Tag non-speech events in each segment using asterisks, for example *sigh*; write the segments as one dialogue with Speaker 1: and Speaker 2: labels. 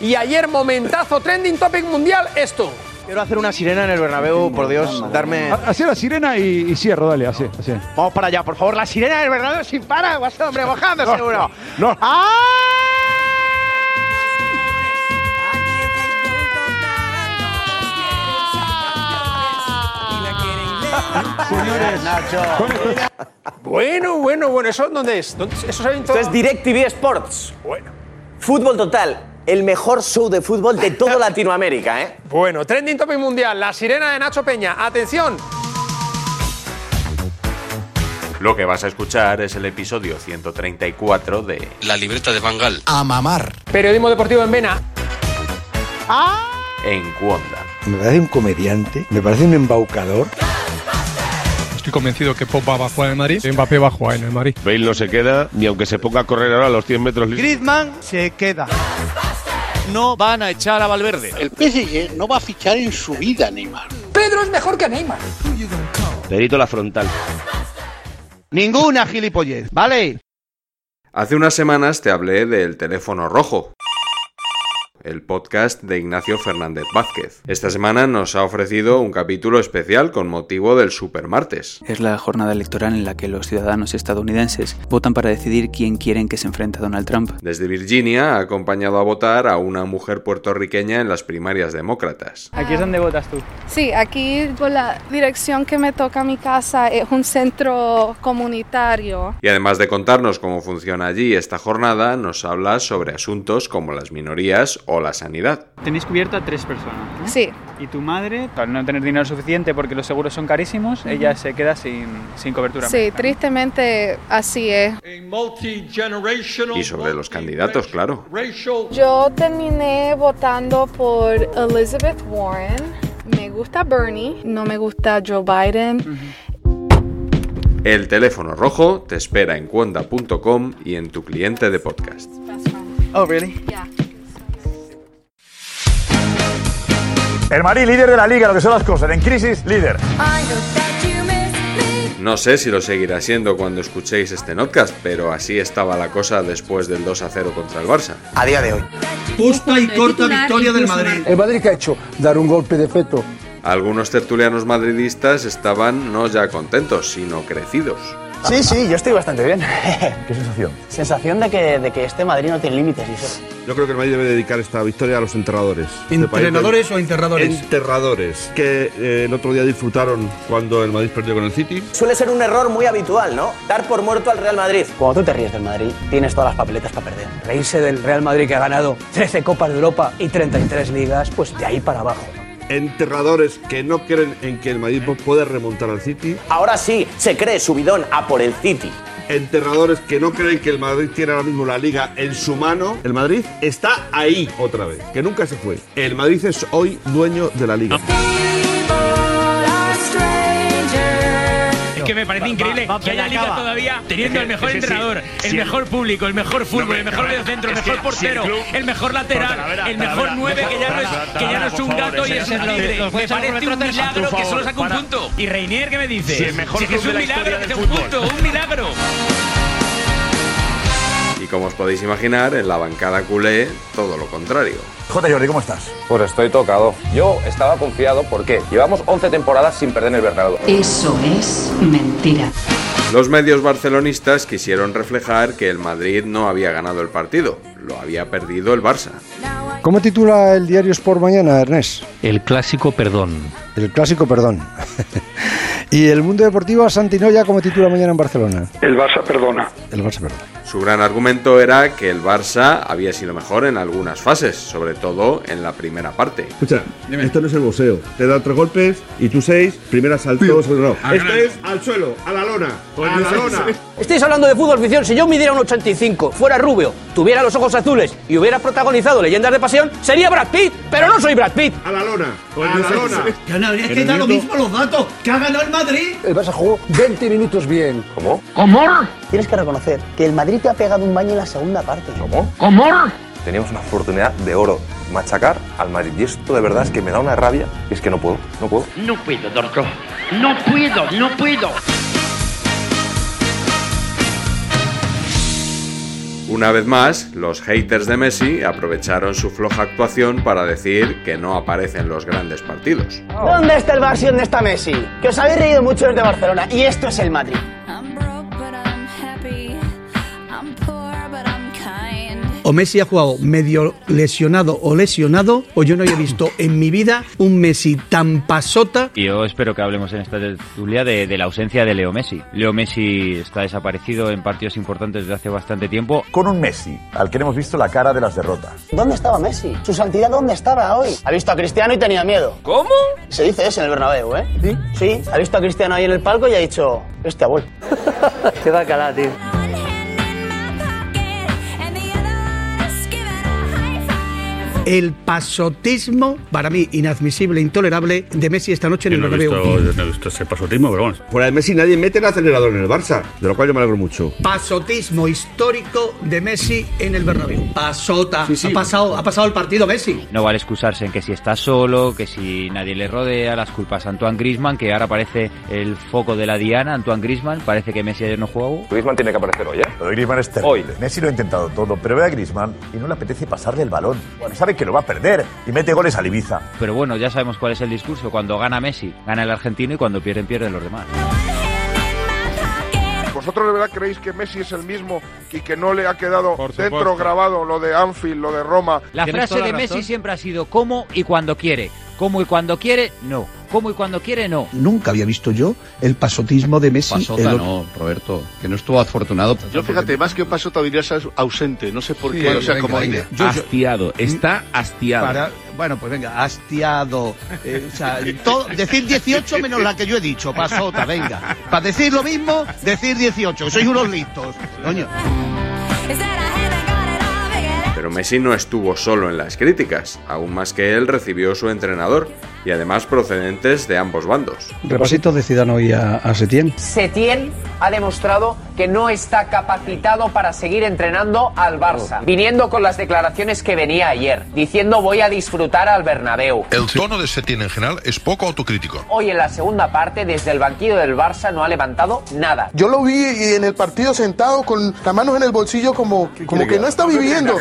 Speaker 1: Y ayer, momentazo, trending topic mundial, esto.
Speaker 2: Quiero hacer una sirena en el Bernabéu, por Dios, darme...
Speaker 3: Hacía la sirena y, y cierro, dale, hace, hace.
Speaker 2: Vamos para allá, por favor, la sirena del Bernabéu sin parar, va a ser hombre mojando seguro.
Speaker 3: *laughs*
Speaker 2: ¡Ah!
Speaker 3: no.
Speaker 2: Señores, Nacho.
Speaker 1: Bueno, bueno, bueno, ¿eso dónde es? ¿Dónde- ¿Eso sale en todo?
Speaker 4: Esto es DirecTV Sports.
Speaker 1: Bueno,
Speaker 4: Fútbol total. El mejor show de fútbol de toda Latinoamérica, ¿eh?
Speaker 1: bueno, trending topic mundial, la sirena de Nacho Peña. Atención,
Speaker 5: Lo que vas a escuchar es el episodio 134 de
Speaker 6: La libreta de Bangal.
Speaker 7: A mamar.
Speaker 1: periodismo deportivo en Vena.
Speaker 5: En Cuonda.
Speaker 8: Me parece un comediante, me parece un embaucador.
Speaker 9: Estoy convencido que Popa va a jugar en el Madrid, Mbappé va a jugar en el Madrid.
Speaker 6: Bale no se queda, ni aunque se ponga a correr ahora a los 100 metros libres.
Speaker 2: Griezmann se queda.
Speaker 4: No van a echar a Valverde.
Speaker 6: El PSG no va a fichar en su vida, Neymar.
Speaker 1: Pedro es mejor que Neymar.
Speaker 6: Perito la frontal.
Speaker 2: Ninguna gilipollez, ¿vale?
Speaker 5: Hace unas semanas te hablé del teléfono rojo. El podcast de Ignacio Fernández Vázquez. Esta semana nos ha ofrecido un capítulo especial con motivo del Supermartes.
Speaker 6: Es la jornada electoral en la que los ciudadanos estadounidenses votan para decidir quién quieren que se enfrente a Donald Trump.
Speaker 5: Desde Virginia ha acompañado a votar a una mujer puertorriqueña en las primarias demócratas.
Speaker 6: Aquí es donde votas tú.
Speaker 8: Sí, aquí por la dirección que me toca mi casa es un centro comunitario.
Speaker 5: Y además de contarnos cómo funciona allí esta jornada, nos habla sobre asuntos como las minorías o la sanidad.
Speaker 6: Tenéis cubierta a tres personas.
Speaker 8: Sí,
Speaker 6: Y tu madre, al no tener dinero suficiente porque los seguros son carísimos, ella se queda sin, sin cobertura.
Speaker 8: sí, tristemente así es.
Speaker 5: Y sobre los candidatos, claro.
Speaker 8: Yo terminé votando por Elizabeth Warren. Me gusta Bernie, no me gusta Joe Biden.
Speaker 5: El teléfono rojo te espera en cuonda.com y en tu cliente de podcast.
Speaker 2: Oh, really?
Speaker 3: El Madrid, líder de la liga, lo que son las cosas. En crisis, líder.
Speaker 5: No sé si lo seguirá siendo cuando escuchéis este podcast, pero así estaba la cosa después del 2 a 0 contra el Barça.
Speaker 4: A día de hoy.
Speaker 2: Justa y corta victoria del Madrid.
Speaker 7: ¿El Madrid qué ha hecho? Dar un golpe de feto.
Speaker 5: Algunos tertulianos madridistas estaban no ya contentos, sino crecidos.
Speaker 2: Sí, sí, yo estoy bastante bien.
Speaker 3: *laughs* ¿Qué sensación?
Speaker 4: Sensación de que, de que este Madrid no tiene límites, Josep.
Speaker 6: Yo creo que el Madrid debe dedicar esta victoria a los enterradores.
Speaker 7: ¿Entrenadores o enterradores?
Speaker 6: Enterradores, que
Speaker 8: eh,
Speaker 6: el otro día disfrutaron cuando el Madrid perdió con el City.
Speaker 4: Suele ser un error muy habitual, ¿no? Dar por muerto al Real Madrid. Cuando tú te ríes del Madrid, tienes todas las papeletas para perder.
Speaker 6: Reírse del Real Madrid que ha ganado 13 Copas de Europa y 33 ligas, pues de ahí para abajo.
Speaker 8: Enterradores que no creen en que el Madrid puede remontar al City.
Speaker 4: Ahora sí, se cree subidón a por el City.
Speaker 8: Enterradores que no creen que el Madrid tiene ahora mismo la liga en su mano. El Madrid está ahí otra vez, que nunca se fue. El Madrid es hoy dueño de la liga.
Speaker 6: Es que me parece increíble que haya liga todavía teniendo el mejor entrenador, el mejor público, el mejor fútbol, el mejor mediocentro, el mejor portero, el mejor lateral, el mejor 9 que ya no es, que ya no es un gato y es el libre. Me parece un milagro que solo saca un punto. Y Reinier, ¿qué me dices? Si que es un milagro que sea un punto, un milagro.
Speaker 5: Y como os podéis imaginar, en la bancada culé, todo lo contrario.
Speaker 3: J. Jordi, ¿cómo estás?
Speaker 6: Pues estoy tocado. Yo estaba confiado porque llevamos 11 temporadas sin perder el Bernabéu.
Speaker 8: Eso es mentira.
Speaker 5: Los medios barcelonistas quisieron reflejar que el Madrid no había ganado el partido, lo había perdido el Barça.
Speaker 7: ¿Cómo titula el diario Sport Mañana, Ernest?
Speaker 10: El clásico perdón.
Speaker 7: El clásico perdón. *laughs* ¿Y el mundo deportivo Santinoya cómo titula mañana en Barcelona?
Speaker 11: El Barça perdona.
Speaker 7: El Barça perdona.
Speaker 5: Su gran argumento era que el Barça había sido mejor en algunas fases, sobre todo en la primera parte.
Speaker 8: Escucha, esto no es el boxeo. Te da tres golpes y tú seis, primera saltó, segundo
Speaker 10: Ah,
Speaker 8: no. Esto es al suelo, a la lona, a la lona.
Speaker 4: Estáis hablando de fútbol ficción. Si yo midiera un 85, fuera rubio, tuviera los ojos azules y hubiera protagonizado Leyendas de Pasión, sería Brad Pitt, pero no soy Brad Pitt.
Speaker 8: A la lona, a la lona.
Speaker 12: Que no habrías que dar lo mismo los datos que ha ganado el Madrid.
Speaker 7: El Barça jugó 20 minutos bien.
Speaker 4: ¿Cómo?
Speaker 12: ¿Cómo?
Speaker 4: Tienes que reconocer que el Madrid te ha pegado un baño en la segunda parte.
Speaker 12: ¿Cómo? ¿Cómo?
Speaker 13: Teníamos una oportunidad de oro, machacar al Madrid. Y esto de verdad es que me da una rabia y es que no puedo, no puedo.
Speaker 12: No puedo, doctor. No puedo, no puedo.
Speaker 5: Una vez más, los haters de Messi aprovecharon su floja actuación para decir que no aparecen los grandes partidos.
Speaker 4: ¿Dónde está el Barça y dónde está Messi? Que os habéis reído mucho desde Barcelona y esto es el Madrid.
Speaker 12: O Messi ha jugado medio lesionado o lesionado, o yo no he visto en mi vida un Messi tan pasota.
Speaker 10: Yo espero que hablemos en esta tertulia de, de la ausencia de Leo Messi. Leo Messi está desaparecido en partidos importantes desde hace bastante tiempo.
Speaker 3: Con un Messi, al que hemos visto la cara de las derrotas.
Speaker 4: ¿Dónde estaba Messi? ¿Su santidad dónde estaba hoy? Ha visto a Cristiano y tenía miedo.
Speaker 10: ¿Cómo?
Speaker 4: Se dice eso en el Bernabéu, ¿eh? Sí. Sí, ha visto a Cristiano ahí en el palco y ha dicho, este abuelo.
Speaker 12: Qué bacalá, tío. el pasotismo, para mí inadmisible, intolerable, de Messi esta noche en el
Speaker 8: yo no he
Speaker 12: Bernabéu.
Speaker 8: visto- yo no he visto ese pasotismo, pero vamos. Fuera de Messi nadie mete el acelerador en el Barça, de lo cual yo me alegro mucho.
Speaker 12: Pasotismo histórico de Messi en el Bernabéu. Pasota. Ha, pasado, ha pasado el partido Messi.
Speaker 10: No vale excusarse en que si está solo, que si nadie le rodea, las culpas a Antoine Grisman, que ahora parece el foco de la diana, Antoine Grisman, parece que Messi ayer no jugó.
Speaker 13: Griezmann tiene que aparecer hoy, ¿eh?
Speaker 3: Lo de Griezmann es terrible. Messi lo ha intentado todo, pero ve a Griezmann y no le apetece pasarle el balón. Sabe que lo va a perder y mete goles al Ibiza.
Speaker 10: Pero bueno, ya sabemos cuál es el discurso. Cuando gana Messi, gana el argentino y cuando pierden, pierden los demás.
Speaker 14: ¿Vosotros de verdad creéis que Messi es el mismo y que no le ha quedado dentro grabado lo de Anfield, lo de Roma?
Speaker 10: La frase de Messi siempre ha sido cómo y cuando quiere. Cómo y cuando quiere, no. Cómo y cuando quiere, no.
Speaker 12: Nunca había visto yo el pasotismo de Messi.
Speaker 15: Pasota
Speaker 12: el-
Speaker 15: no, Roberto, que no estuvo afortunado.
Speaker 12: pues,
Speaker 16: Yo fíjate, más que pasota diría ser ausente, no sé por qué, o sea, como
Speaker 15: hastiado, está hastiado.
Speaker 12: Para- bueno, pues venga, hastiado. eh, o sea, todo- decir 18 menos la que yo he dicho, pasota, venga. Para decir lo mismo, decir 18. Sois unos listos. Coño.
Speaker 5: Pero Messi no estuvo solo en las críticas, aún más que él recibió su entrenador, y además procedentes de ambos bandos.
Speaker 7: Repasito de Zidane y a, a Setién.
Speaker 17: Setién ha demostrado que no está capacitado para seguir entrenando al
Speaker 12: Oh.
Speaker 17: Barça, viniendo con las declaraciones que venía ayer, diciendo voy a disfrutar al Bernabéu.
Speaker 18: El tono de Setién en general es poco autocrítico.
Speaker 17: Hoy en la segunda parte, desde el banquillo del Barça no ha levantado nada.
Speaker 19: Yo lo vi en el partido sentado con las manos en el bolsillo como, como que no está viviendo.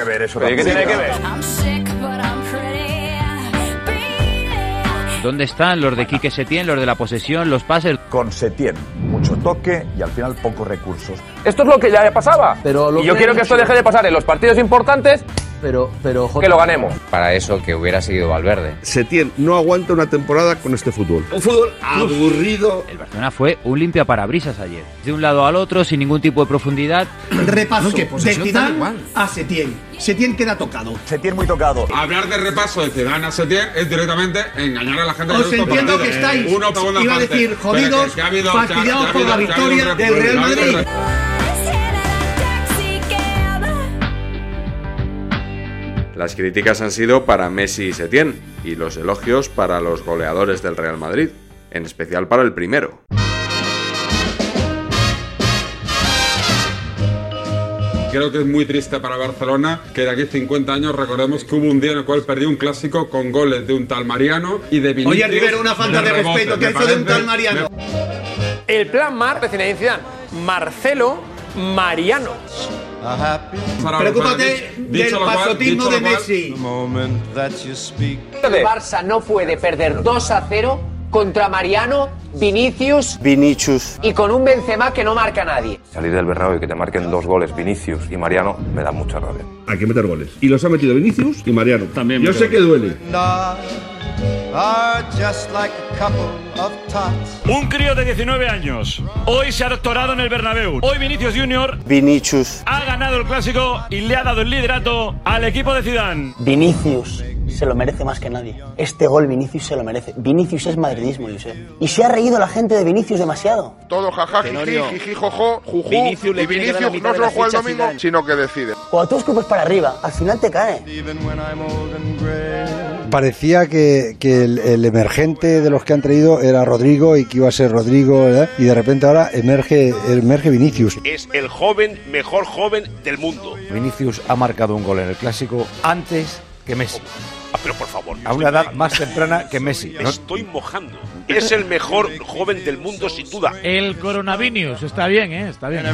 Speaker 10: ¿Dónde están los de Quique Setién, los de la posesión, los pases?
Speaker 3: Con Setién, mucho toque y al final pocos recursos.
Speaker 1: Esto es lo que ya le pasaba. y yo quiero que esto deje de pasar en los partidos importantes. Pero, pero, que lo ganemos.
Speaker 10: Para eso que hubiera seguido Valverde.
Speaker 8: Setién no aguanta una temporada con este fútbol. Un fútbol aburrido.
Speaker 10: El Barcelona fue un limpia parabrisas ayer. De un lado al otro, sin ningún tipo de profundidad.
Speaker 12: *coughs*
Speaker 10: No,
Speaker 12: Repaso.
Speaker 10: que
Speaker 12: de
Speaker 10: posesión tal
Speaker 12: Zidane a Setién. Setién queda tocado.
Speaker 3: Setién muy tocado.
Speaker 20: Hablar de repaso de Zidane a Setién es directamente engañar a la gente.
Speaker 12: Os entiendo que estáis, iba a decir, jodidos, fastidiados por la victoria del Real Madrid.
Speaker 5: Las críticas han sido para Messi y Setién, y los elogios para los goleadores del Real Madrid, en especial para el primero.
Speaker 20: Creo que es muy triste para Barcelona que de aquí 50 años recordemos que hubo un día en el cual perdió un clásico con goles de un tal Mariano y de Vinicius.
Speaker 12: Oye, Rivero, una falta de
Speaker 20: rebote,
Speaker 12: respeto
Speaker 20: me
Speaker 12: que hizo de un
Speaker 20: parece-
Speaker 12: tal Mariano.
Speaker 1: El plan Mar de Zinedine Zidane. Marcelo Mariano.
Speaker 12: Preocúpate del pasotismo de Messi.
Speaker 17: El Barça no puede perder 2 a 0
Speaker 1: contra Mariano, Vinicius
Speaker 21: Vinicius.
Speaker 1: y con un Benzema que no marca a nadie.
Speaker 21: Salir del Bernabéu y que te marquen dos goles Vinicius y Mariano me da mucha rabia.
Speaker 22: Hay que meter goles. Y los ha metido Vinicius y Mariano. También. Yo
Speaker 21: metió
Speaker 22: sé que duele.
Speaker 23: Un crío de 19 años. Hoy se ha doctorado en el Bernabéu. Hoy Vinicius Junior
Speaker 21: Vinicius.
Speaker 23: ha ganado el clásico y le ha dado el liderato al equipo de Zidane.
Speaker 4: Vinicius se lo merece más que nadie. Este gol Vinicius se lo merece. Vinicius es madridismo, Josep. Y se ha reído la gente de Vinicius demasiado.
Speaker 24: Todo jajá, jiji,
Speaker 4: Tenorio.
Speaker 24: jiji, jojo, jujú.
Speaker 4: Vinicius le
Speaker 24: y
Speaker 4: tiene que dar la
Speaker 24: Vinicius no
Speaker 4: mitad de
Speaker 24: solo
Speaker 4: las
Speaker 24: juega el
Speaker 4: fichas
Speaker 24: domingo,
Speaker 4: Zidane.
Speaker 24: sino que decide.
Speaker 4: Cuando tú escupes para arriba, al final te cae.
Speaker 25: Parecía que, que el, el emergente de los que han traído era Rodrigo y que iba a ser Rodrigo, ¿verdad? Y de repente ahora emerge, emerge Vinicius.
Speaker 26: Es el joven, mejor joven del mundo.
Speaker 27: Vinicius ha marcado un gol en el clásico antes que Messi.
Speaker 26: Ah, pero por favor.
Speaker 27: A una edad más temprana que Messi.
Speaker 26: Me
Speaker 27: ¿no?
Speaker 26: estoy mojando. Es el mejor joven del mundo, sin duda.
Speaker 28: El coronavirus está bien, ¿eh? Está bien.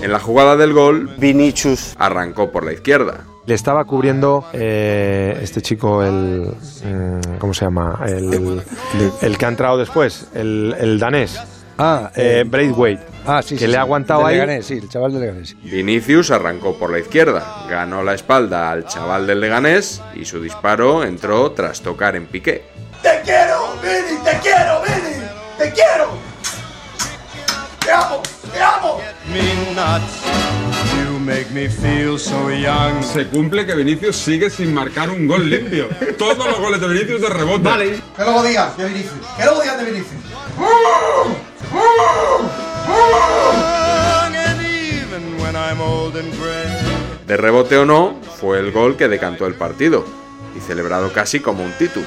Speaker 5: En la jugada del gol, Vinicius arrancó por la izquierda.
Speaker 29: Le estaba cubriendo eh, este chico, el. mm, ¿Cómo se llama? El, el que ha entrado después, el, el danés.
Speaker 25: Ah,
Speaker 29: eh,
Speaker 25: eh,
Speaker 29: Braithwaite.
Speaker 25: Ah, sí,
Speaker 29: Que
Speaker 25: sí,
Speaker 29: le
Speaker 25: sí,
Speaker 29: ha aguantado
Speaker 25: del
Speaker 29: ahí.
Speaker 25: Leganés, sí, el chaval de Leganés.
Speaker 5: Vinicius arrancó por la izquierda, ganó la espalda al chaval del Leganés y su disparo entró tras tocar en piqué.
Speaker 30: ¡Te quiero, Vini! ¡Te quiero, Vini! ¡Te quiero! ¡Te amo! ¡Te amo!
Speaker 31: Se cumple que Vinicius sigue sin marcar un gol limpio. Todos los goles de Vinicius de rebote. Vale.
Speaker 32: Que luego digas de Vinicius. Que luego digas de Vinicius.
Speaker 5: De rebote o no, fue el gol que decantó el partido y celebrado casi como un título.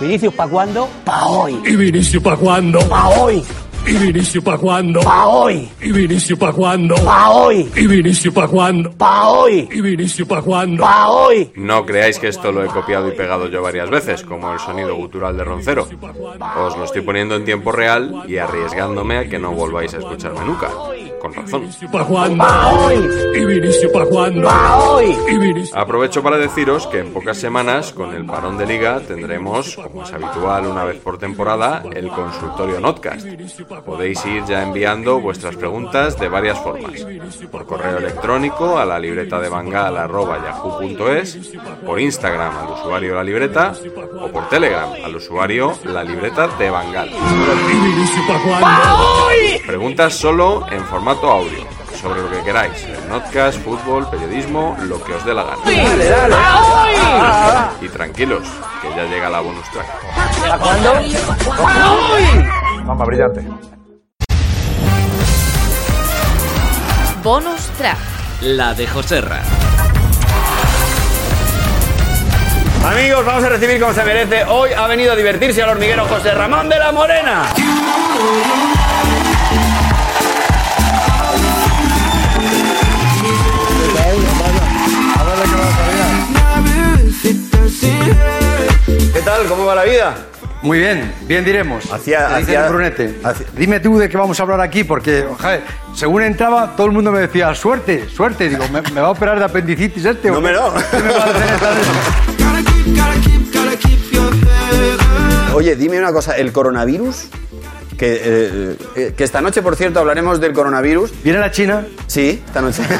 Speaker 4: Vinicius, ¿pa' cuándo? Pa' hoy.
Speaker 33: ¿Y Vinicius para cuándo?
Speaker 4: Pa' hoy.
Speaker 33: ¿Y Vinicius para cuándo?
Speaker 4: Pa' hoy.
Speaker 33: ¿Y Vinicius para cuándo?
Speaker 4: Pa' hoy.
Speaker 33: ¿Y Vinicius para cuándo?
Speaker 4: Pa' hoy.
Speaker 33: ¿Y Vinicius para cuándo?
Speaker 4: Pa' hoy.
Speaker 5: No creáis que esto lo he copiado y pegado yo varias veces, como el sonido gutural de Roncero. Os lo estoy poniendo en tiempo real y arriesgándome a que no volváis a escucharme nunca. Con razón.
Speaker 33: ¿Pa' cuándo? ¿Y Vinicius para cuándo? ¿Y Vinicius
Speaker 5: Aprovecho para deciros que en pocas semanas, con el parón de liga, tendremos, como es habitual una vez por temporada, el consultorio Notcast. Podéis ir ya enviando vuestras preguntas de varias formas. Por correo electrónico a la libreta de bangal arroba yahoo.es, por Instagram al usuario la libreta o por Telegram al usuario la libreta de bangal. Preguntas solo en formato audio, sobre lo que queráis, el Notcast, fútbol, periodismo, lo que os dé la gana. Ah, Y tranquilos, que ya llega la bonus track.
Speaker 4: ¿Pa' cuándo? Pa' hoy.
Speaker 34: Mamá brillante.
Speaker 35: Bonus track.
Speaker 36: La de Joserra.
Speaker 33: Amigos, vamos a recibir como se merece. Hoy ha venido a divertirse al hormiguero José Ramón de la Morena.
Speaker 12: ¿Qué tal? ¿Cómo va la vida? Muy bien, bien diremos. Hacia,
Speaker 34: hacia-
Speaker 12: Brunete. Dime tú de qué vamos a hablar aquí, porque joder, según entraba todo el mundo me decía suerte, suerte. Digo, ¿me, me va a operar de apendicitis este? No me lo.
Speaker 37: Oye, dime una cosa, ¿el coronavirus? Que, eh, eh, que esta noche, por cierto, hablaremos del coronavirus.
Speaker 12: ¿Viene la China?
Speaker 37: Sí, esta noche.
Speaker 12: *laughs*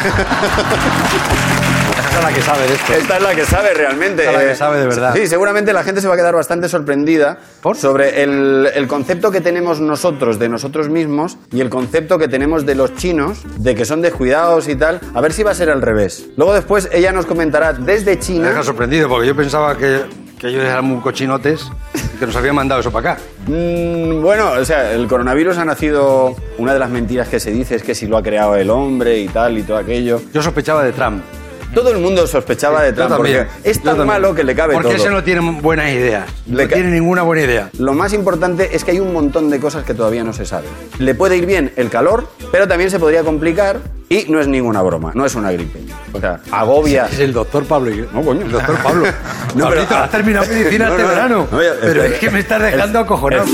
Speaker 12: Esta es la que sabe de esto.
Speaker 37: Esta es la que sabe realmente.
Speaker 12: Esta es la que
Speaker 37: Eh,
Speaker 12: sabe de verdad.
Speaker 37: Sí, seguramente la gente se va a quedar bastante sorprendida sobre el, el concepto que tenemos nosotros de nosotros mismos y el concepto que tenemos de los chinos, de que son descuidados y tal. A ver si va a ser al revés. Luego después ella nos comentará desde
Speaker 12: Me
Speaker 37: China.
Speaker 12: deja sorprendido, porque yo pensaba que, que ellos eran muy cochinotes y que nos habían mandado eso para acá.
Speaker 37: Mm, bueno, o sea, el coronavirus ha nacido. Una de las mentiras que se dice es que si lo ha creado el hombre y tal y todo aquello.
Speaker 12: Yo sospechaba de Trump.
Speaker 37: Todo el mundo sospechaba de
Speaker 12: Yo
Speaker 37: Trump
Speaker 12: también,
Speaker 37: porque es
Speaker 12: yo
Speaker 37: tan
Speaker 12: también.
Speaker 37: malo que le cabe
Speaker 12: Porque
Speaker 37: todo.
Speaker 12: ese no tiene buenas ideas.
Speaker 37: Le
Speaker 12: no
Speaker 37: ca-
Speaker 12: tiene ninguna buena idea.
Speaker 37: Lo más importante es que hay un montón de cosas que todavía no se saben. Le puede ir bien el calor, pero también se podría complicar y no es ninguna broma, no es una gripe. O sea, agobia.
Speaker 12: *laughs* Es el doctor Pablo. Iglesias.
Speaker 37: No, coño. El
Speaker 12: doctor *laughs* Pablo. Pablito,
Speaker 5: ah,
Speaker 12: has terminado medicina este verano. Pero es que me estás dejando acojonado.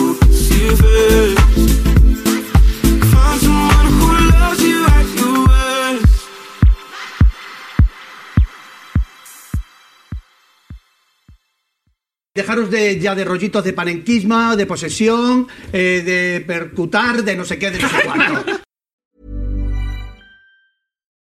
Speaker 12: dejaros de, ya de rollitos de panenquisma, de posesión, eh, de percutar, de no sé qué, de no sé cuánto.